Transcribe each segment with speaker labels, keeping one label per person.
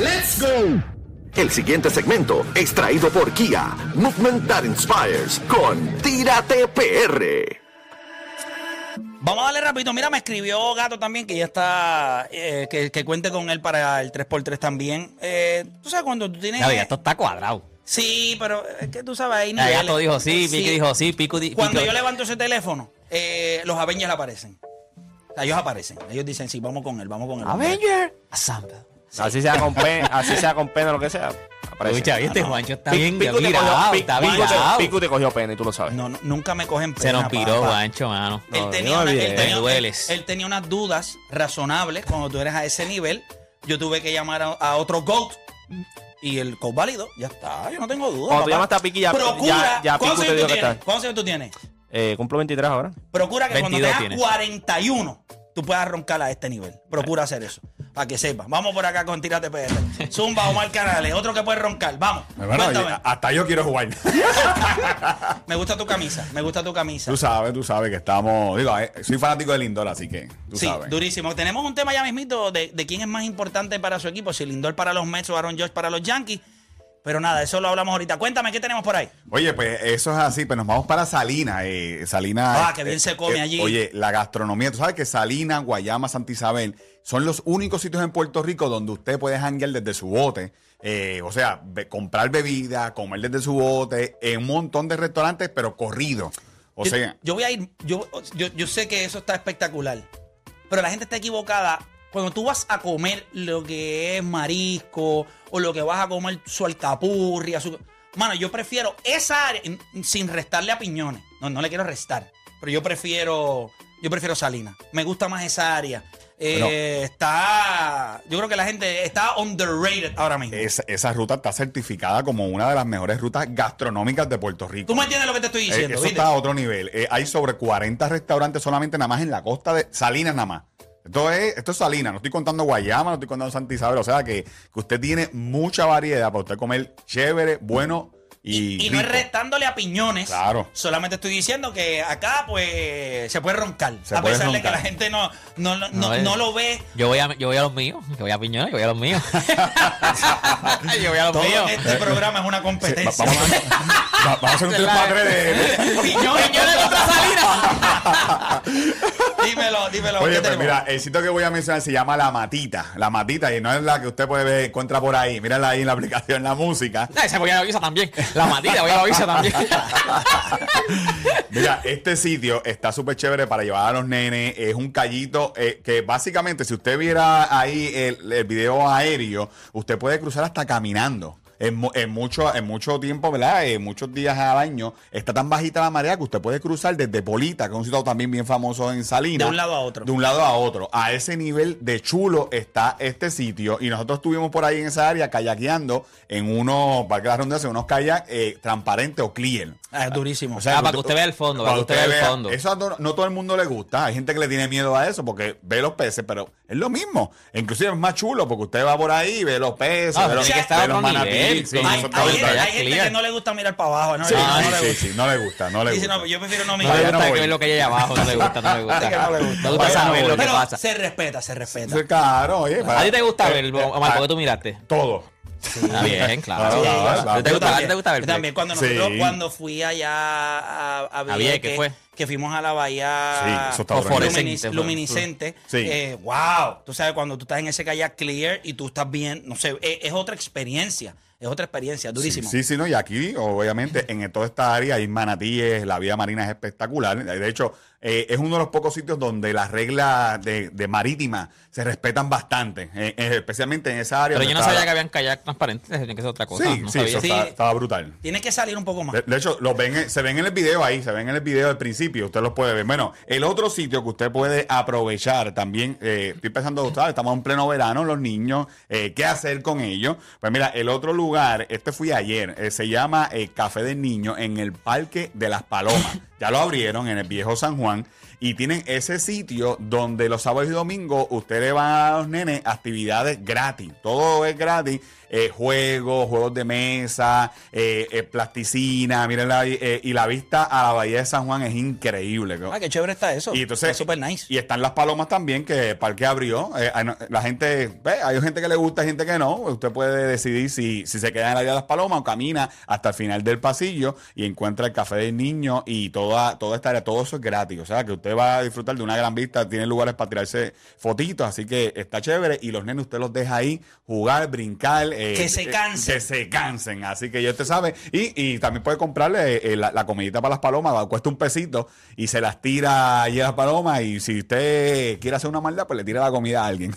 Speaker 1: Let's go.
Speaker 2: El siguiente segmento es traído por Kia, Movement That Inspires, con Tírate PR.
Speaker 3: Vamos a darle rapidito. Mira, me escribió Gato también, que ya está, eh, que, que cuente con él para el 3x3 también. Eh, tú sabes, cuando tú tienes...
Speaker 4: Ya, ya, esto está cuadrado.
Speaker 3: Sí, pero es que tú sabes, ahí
Speaker 4: Ya,
Speaker 3: niveles.
Speaker 4: Gato dijo sí, Piqui dijo sí, Pico di-
Speaker 3: Cuando
Speaker 4: Pico-
Speaker 3: yo levanto ese teléfono, eh, los Avengers aparecen. O sea, Ellos aparecen. Ellos dicen, sí, vamos con él, vamos con él.
Speaker 4: Avenger. Assemble.
Speaker 5: Así sea con pena, así sea con pena, lo que sea. aparece.
Speaker 4: Escucha, este Juancho está
Speaker 5: Pi-
Speaker 4: bien
Speaker 5: Pico te
Speaker 4: virado,
Speaker 5: cogió-
Speaker 4: está
Speaker 5: Pi- Pico te-
Speaker 4: virado.
Speaker 5: Pico te cogió pena y tú lo sabes.
Speaker 3: No, no, nunca me cogen
Speaker 4: Se nos
Speaker 3: pena,
Speaker 4: piró,
Speaker 3: papá.
Speaker 4: Juancho, mano.
Speaker 3: Él,
Speaker 5: No,
Speaker 3: tenía
Speaker 5: no,
Speaker 3: una- él
Speaker 5: bien.
Speaker 3: tenía-
Speaker 4: Me dueles.
Speaker 3: él- él tenía unas dudas razonables cuando tú eres a ese nivel. Yo tuve que llamar a, a otro GOAT y el GOAT válido. Ya está, yo no tengo dudas.
Speaker 5: Cuando
Speaker 3: papá.
Speaker 5: tú llamaste a Piqui, ya-
Speaker 3: Procura-
Speaker 5: ya- ya
Speaker 3: ¿Cuántos
Speaker 5: Piqui te
Speaker 3: años
Speaker 5: dijo
Speaker 3: tú
Speaker 5: que
Speaker 3: tienes?
Speaker 5: está.
Speaker 3: ¿Cuántos años tú tienes?
Speaker 5: Eh, cumplo 23 ahora.
Speaker 3: Procura que cuando
Speaker 4: 22
Speaker 3: tengas
Speaker 4: tienes.
Speaker 3: 41, tú puedas roncar a este nivel. Procura hacer eso. Para que sepas. Vamos por acá con Tírate PR. Zumba, Omar Canales. Otro que puede roncar. Vamos.
Speaker 1: Bueno,
Speaker 3: cuéntame.
Speaker 1: yo- hasta yo quiero jugar.
Speaker 3: Me gusta tu camisa. Me gusta tu camisa.
Speaker 1: tú sabes, tú sabes que estamos. Digo, eh, soy fanático del Lindor, así que tú
Speaker 3: Sí,
Speaker 1: sabes.
Speaker 3: durísimo. Tenemos un tema ya mismito de, de quién es más importante para su equipo. Si Lindor para los Mets o Aaron George para los Yankees. Pero nada, eso lo hablamos ahorita. Cuéntame, ¿qué tenemos por ahí?
Speaker 1: Oye, pues eso es así, pues nos vamos para Salina. Eh, Salina.
Speaker 3: Ah, que bien se come allí.
Speaker 1: Oye, la gastronomía. Tú sabes que Salina, Guayama, Santa Isabel son los únicos sitios en Puerto Rico donde usted puede hangar desde su bote. Eh, o sea, be- comprar bebida, comer desde su bote, en un montón de restaurantes, pero corrido. O
Speaker 3: yo,
Speaker 1: sea,
Speaker 3: yo voy a ir. Yo, yo, yo sé que eso está espectacular. Pero la gente está equivocada. Cuando tú vas a comer lo que es marisco o lo que vas a comer su alcapurria, su. Mano, yo prefiero esa área mm, sin restarle a piñones. No, no le quiero restar. Pero yo prefiero. Yo prefiero Salina. Me gusta más esa área. Eh, está. Yo creo que la gente está underrated ahora mismo.
Speaker 1: es- esa ruta está certificada como una de las mejores rutas gastronómicas de Puerto Rico.
Speaker 3: Tú me entiendes lo que te estoy
Speaker 1: Eh,
Speaker 3: diciendo,
Speaker 1: eso
Speaker 3: ¿viste?
Speaker 1: está a otro nivel. Eh, hay sobre 40 restaurantes solamente nada más en la costa de Salinas nada más. Esto es, esto es Salinas, no estoy contando Guayama, no estoy contando Santa Isabel, o sea que, que usted tiene mucha variedad para usted comer chévere, bueno y,
Speaker 3: Y, no es
Speaker 1: rico.
Speaker 3: restándole a piñones.
Speaker 1: Claro.
Speaker 3: Solamente estoy diciendo que acá, pues, se puede roncar.
Speaker 1: Se
Speaker 3: a
Speaker 1: puede
Speaker 3: pesar de que
Speaker 1: roncar.
Speaker 3: la gente no, no, no, no-
Speaker 4: No, es-
Speaker 3: no lo ve.
Speaker 4: Yo voy, a, yo voy a los míos, yo voy a Piñones, yo voy a los míos. yo voy a los
Speaker 3: Todo
Speaker 4: míos.
Speaker 3: este programa es una
Speaker 1: Sí, va-
Speaker 3: competencia.
Speaker 1: vamos, a, va- vamos a hacer un 3 para 3 de...
Speaker 3: piñones, piñones contra Salinas. dímelo, dímelo.
Speaker 1: Oye,
Speaker 3: ¿qué
Speaker 1: pues
Speaker 3: tenemos?
Speaker 1: mira, el sitio que voy a mencionar se llama La Matita. La Matita, y no es la que usted puede ver, encuentra por ahí. Mírala ahí en la aplicación, la música.
Speaker 4: Ay, Se voy a la visa también. La matita, voy a la visa también.
Speaker 1: Mira, este sitio está súper chévere para llevar a los nenes. Es un callito eh, que básicamente, si usted viera ahí el, el video aéreo, usted puede cruzar hasta caminando. En, mu- en mucho, en mucho tiempo, ¿verdad? En muchos días al año, está tan bajita la marea que usted puede cruzar desde Polita, que es un sitio también bien famoso en Salinas.
Speaker 3: De un lado a otro.
Speaker 1: De un lado a otro. A ese nivel de chulo está este sitio. Y nosotros estuvimos por ahí en esa área kayakeando en unos, para que la redundancia, unos kayak eh, transparentes o clear.
Speaker 3: Ah, es durísimo.
Speaker 1: O sea,
Speaker 4: Ah, para que usted vea el fondo, para que usted vea el fondo.
Speaker 1: Eso a no, no todo el mundo le gusta. Hay gente que le tiene miedo a eso porque ve los peces, pero es lo mismo. Inclusive es más chulo porque usted va por ahí, ve los peces,
Speaker 4: Ah,
Speaker 1: ve
Speaker 4: pero
Speaker 1: los,
Speaker 4: tiene que estar a
Speaker 1: ve los
Speaker 4: otro
Speaker 1: manatí.
Speaker 4: nivel,
Speaker 1: sí,
Speaker 4: con-
Speaker 1: eso
Speaker 3: hay,
Speaker 1: está
Speaker 3: hay-
Speaker 4: bien,
Speaker 1: brutal.
Speaker 4: ya
Speaker 3: hay gente
Speaker 4: clear.
Speaker 3: que no le gusta mirar para abajo. No,
Speaker 1: Sí,
Speaker 3: no,
Speaker 1: sí,
Speaker 3: no le
Speaker 1: sí,
Speaker 3: gusta.
Speaker 1: sí, no le gusta, no le
Speaker 3: Dice,
Speaker 1: gusta.
Speaker 3: no, yo prefiero no
Speaker 4: No
Speaker 3: mirar.
Speaker 4: le
Speaker 1: yo no
Speaker 4: gusta
Speaker 1: voy.
Speaker 4: que ver lo que hay allá abajo, no le gusta, no le gusta.
Speaker 3: no le gusta.
Speaker 4: No gusta saber lo que
Speaker 3: Pero
Speaker 4: pasa.
Speaker 3: se respeta, se respeta.
Speaker 1: Sí, claro, oye.
Speaker 4: ¿A ti te gusta
Speaker 1: eh,
Speaker 4: ver,
Speaker 1: eh,
Speaker 4: Omar? ¿Por qué tú miraste?
Speaker 1: Todo.
Speaker 4: Está bien,
Speaker 3: Ah,
Speaker 4: claro.
Speaker 1: Sí,
Speaker 4: claro.
Speaker 1: claro.
Speaker 4: ¿A ti te
Speaker 3: Yo
Speaker 4: gusta- a ti
Speaker 3: también,
Speaker 4: te gusta ver?
Speaker 3: yo también. Cuando,
Speaker 1: Sí.
Speaker 3: nosotros, cuando fui allá a, a Vieques,
Speaker 4: Vieques, fue.
Speaker 3: que fuimos a la bahía
Speaker 1: Sí, eso está
Speaker 3: luminic-
Speaker 4: fluorescente, fue.
Speaker 3: luminiscente,
Speaker 1: Sí.
Speaker 3: eh, wow, tú sabes, cuando tú estás en ese kayak clear y tú estás bien, no sé, eh, es, es otra experiencia, es otra experiencia, durísimo.
Speaker 1: Sí, sí, no, y aquí, obviamente, en toda esta área hay manatíes, la vida marina es espectacular. De hecho, eh, es uno de los pocos sitios donde las reglas de, de marítima se respetan bastante, eh, eh, especialmente en esa área.
Speaker 4: Pero
Speaker 1: donde
Speaker 4: yo no
Speaker 1: está-
Speaker 4: sabía que habían kayak transparentes, tiene que ser otra cosa.
Speaker 1: Sí,
Speaker 4: no
Speaker 1: sí,
Speaker 4: sabía.
Speaker 1: eso
Speaker 3: Sí.
Speaker 1: está- estaba brutal.
Speaker 3: Tienes que salir un poco más.
Speaker 1: De, de hecho, los ven, en- se ven en el video ahí, se ven en el video del principio, usted los puede ver. Bueno, el otro sitio que usted puede aprovechar también, eh, estoy pensando, ustedes, estamos en pleno verano, los niños, eh, ¿qué hacer con ellos? Pues mira, el otro lugar, este fui ayer, eh, se llama eh, Café del Niño en el Parque de las Palomas. ya lo abrieron en el viejo San Juan y tienen ese sitio donde los sábados y domingos usted le va a los nenes actividades gratis. Todo es gratis. eh, juegos, juegos de mesa, eh, eh, plasticina, miren la, eh, y la vista a la Bahía de San Juan es increíble. ¿no?
Speaker 3: Ah, qué chévere está eso.
Speaker 1: Y entonces,
Speaker 3: Está súper nice.
Speaker 1: Y están las palomas también, que el parque abrió. Eh, hay no- la gente, ve, hay gente que le gusta, hay gente que no. Usted puede decidir si, si se queda en la área de las palomas o camina hasta el final del pasillo y encuentra el café del niño y toda, toda esta área, todo eso es gratis. O sea, que usted va a disfrutar de una gran vista, tiene lugares para tirarse fotitos, así que está chévere. Y los nenes usted los deja ahí jugar, brincar. eh,
Speaker 3: Que se
Speaker 1: eh,
Speaker 3: cansen.
Speaker 1: que se cansen. Así que ya usted sabe. Y, y también puede comprarle eh, la, la comidita para las palomas, va, cuesta un pesito y se las tira allí a las palomas. Y si usted quiere hacer una maldad, pues le tira la comida a alguien.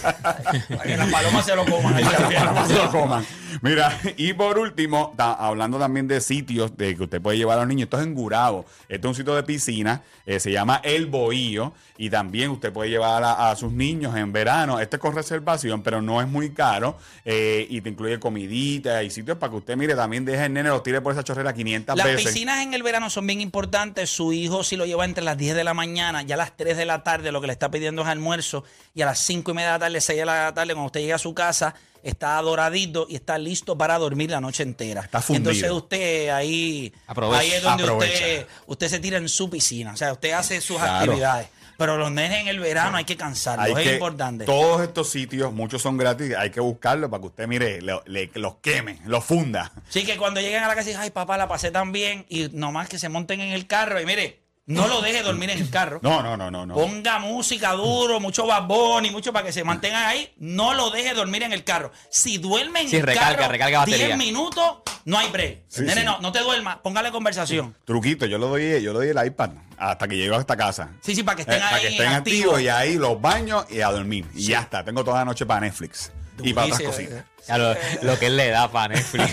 Speaker 3: Para que las palomas se lo coman.
Speaker 1: Para que las palomas se lo coman. Mira, y por último, ta- hablando también de sitios de que usted puede llevar a los niños, esto es en Gurabo. Esto es un sitio de piscina, eh, se llama El Bohío. Y también usted puede llevar a, a sus niños en verano. Este es con reservación, pero no es muy caro. eh, y te incluye comidita y sitios para que usted, mire, también deje el nene, los tire por esa chorrera 500
Speaker 3: Las
Speaker 1: veces.
Speaker 3: piscinas en el verano son bien importantes. Su hijo, si lo lleva entre las 10 de la mañana, ya a las 3 de la tarde, lo que le está pidiendo es almuerzo. Y a las 5 y media de la tarde, 6 de la tarde, cuando usted llega a su casa, está doradito y está listo para dormir la noche entera.
Speaker 1: Está fundido.
Speaker 3: Entonces usted ahí,
Speaker 4: Aprovecha,
Speaker 3: ahí es donde
Speaker 1: aprovecha.
Speaker 3: usted, usted se tira en su piscina. O sea, usted hace sus
Speaker 1: Claro.
Speaker 3: actividades. Pero los nenes en el verano hay que cansarlos.
Speaker 1: Hay
Speaker 3: es
Speaker 1: que-
Speaker 3: importante.
Speaker 1: Todos estos sitios, muchos son gratis, hay que buscarlos para que usted, mire, lo- le- los queme, los funda.
Speaker 3: Sí, que cuando lleguen a la casa dicen, ay, papá, la pasé tan bien. Y nomás que se monten en el carro. Y mire, no lo deje dormir en el carro.
Speaker 1: No, no, no, no, no.
Speaker 3: Ponga música duro, mucho babón y mucho para que se mantengan ahí. No lo deje dormir en el carro. Si duerme en
Speaker 4: Sí,
Speaker 3: el
Speaker 4: recarga,
Speaker 3: carro
Speaker 4: recarga batería.
Speaker 3: 10 minutos, no hay break.
Speaker 1: Sí,
Speaker 3: Nene,
Speaker 1: sí.
Speaker 3: no, no te duermas. Póngale conversación.
Speaker 1: Truquito, yo lo doy, yo le doy el iPad hasta que llego hasta casa.
Speaker 3: Sí, sí, para que estén
Speaker 1: Eh,
Speaker 3: ahí
Speaker 1: para que estén activos y ahí los baños y a dormir. Y
Speaker 3: Sí. eh.
Speaker 1: ya está, tengo toda la noche para Netflix y para otras cositas.
Speaker 4: Ya lo, lo que él le da para Netflix.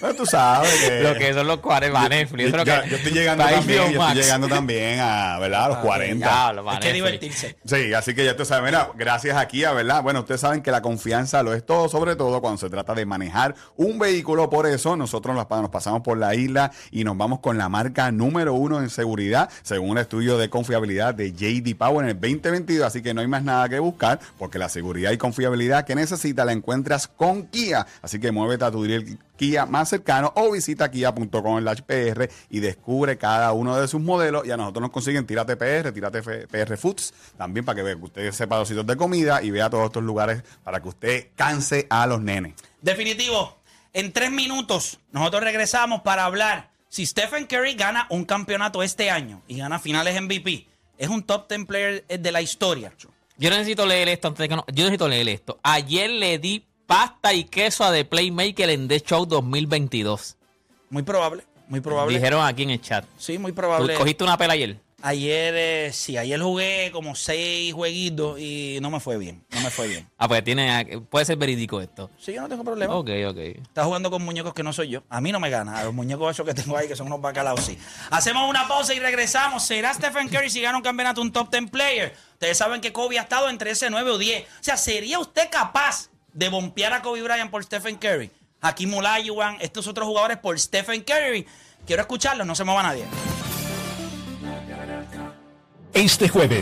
Speaker 1: Pero tú sabes que.
Speaker 4: lo que son los cuares para Netflix. Eso
Speaker 1: yo,
Speaker 4: es lo
Speaker 1: yo-
Speaker 4: que-
Speaker 1: yo estoy llegando
Speaker 4: para
Speaker 1: también,
Speaker 4: HBO
Speaker 1: yo
Speaker 4: Max.
Speaker 1: estoy llegando también a, ¿verdad? A los 40.
Speaker 4: Ah, Diablo, para
Speaker 3: Hay que
Speaker 4: Netflix.
Speaker 3: divertirse.
Speaker 1: Sí, así que ya te saben, mira, gracias aquí, a verdad. Bueno, ustedes saben que la confianza lo es todo, sobre todo cuando se trata de manejar un vehículo. Por eso nosotros nos pa- nos pasamos por la isla y nos vamos con la marca número uno en seguridad, según el estudio de confiabilidad de JD Power en el 2022. Así que no hay más nada que buscar, porque la seguridad y confiabilidad que necesitas la encuentras con Kia. Así que muévete a tu dealer Kia más cercano o visita kia.com en PR y descubre cada uno de sus modelos. Y a nosotros nos consiguen Tírate PR, Tírate F- PR Foods, también para que vea- que usted sepa los sitios de comida y vea todos estos lugares para que usted canse a los nenes.
Speaker 3: Definitivo, en tres minutos nosotros regresamos para hablar si Stephen Curry gana un campeonato este año y gana finales MVP. Es un top 10 player de la historia.
Speaker 4: Yo necesito leer esto antes de que no. Yo necesito leer esto. Ayer le di pasta y queso a The Playmaker en The Show 2022.
Speaker 3: Muy probable, muy probable.
Speaker 4: Dijeron aquí en el chat.
Speaker 3: sí, muy
Speaker 4: ¿Tú
Speaker 3: probable.
Speaker 4: cogiste una pela ayer?
Speaker 3: Ayer, eh, sí, ayer jugué como seis jueguitos y no me fue bien. No me fue bien.
Speaker 4: Ah, pues tiene, puede ser verídico esto.
Speaker 3: Sí, yo no tengo problema.
Speaker 4: Ok, ok.
Speaker 3: Estás jugando con muñecos que no soy yo. A mí no me gana. A los muñecos esos que tengo ahí, que son unos bacalaos, sí. Hacemos una pausa y regresamos. ¿Será Stephen Curry si gana un campeonato un top 10 player? Ustedes saben que Kobe ha estado entre ese 9 o 10. O sea, ¿sería usted capaz de bompear a Kobe Bryant por Stephen Curry? Hakim Olajuwon, estos otros jugadores por Stephen Curry. Quiero escucharlos, no se mueva nadie.
Speaker 6: Este jueves.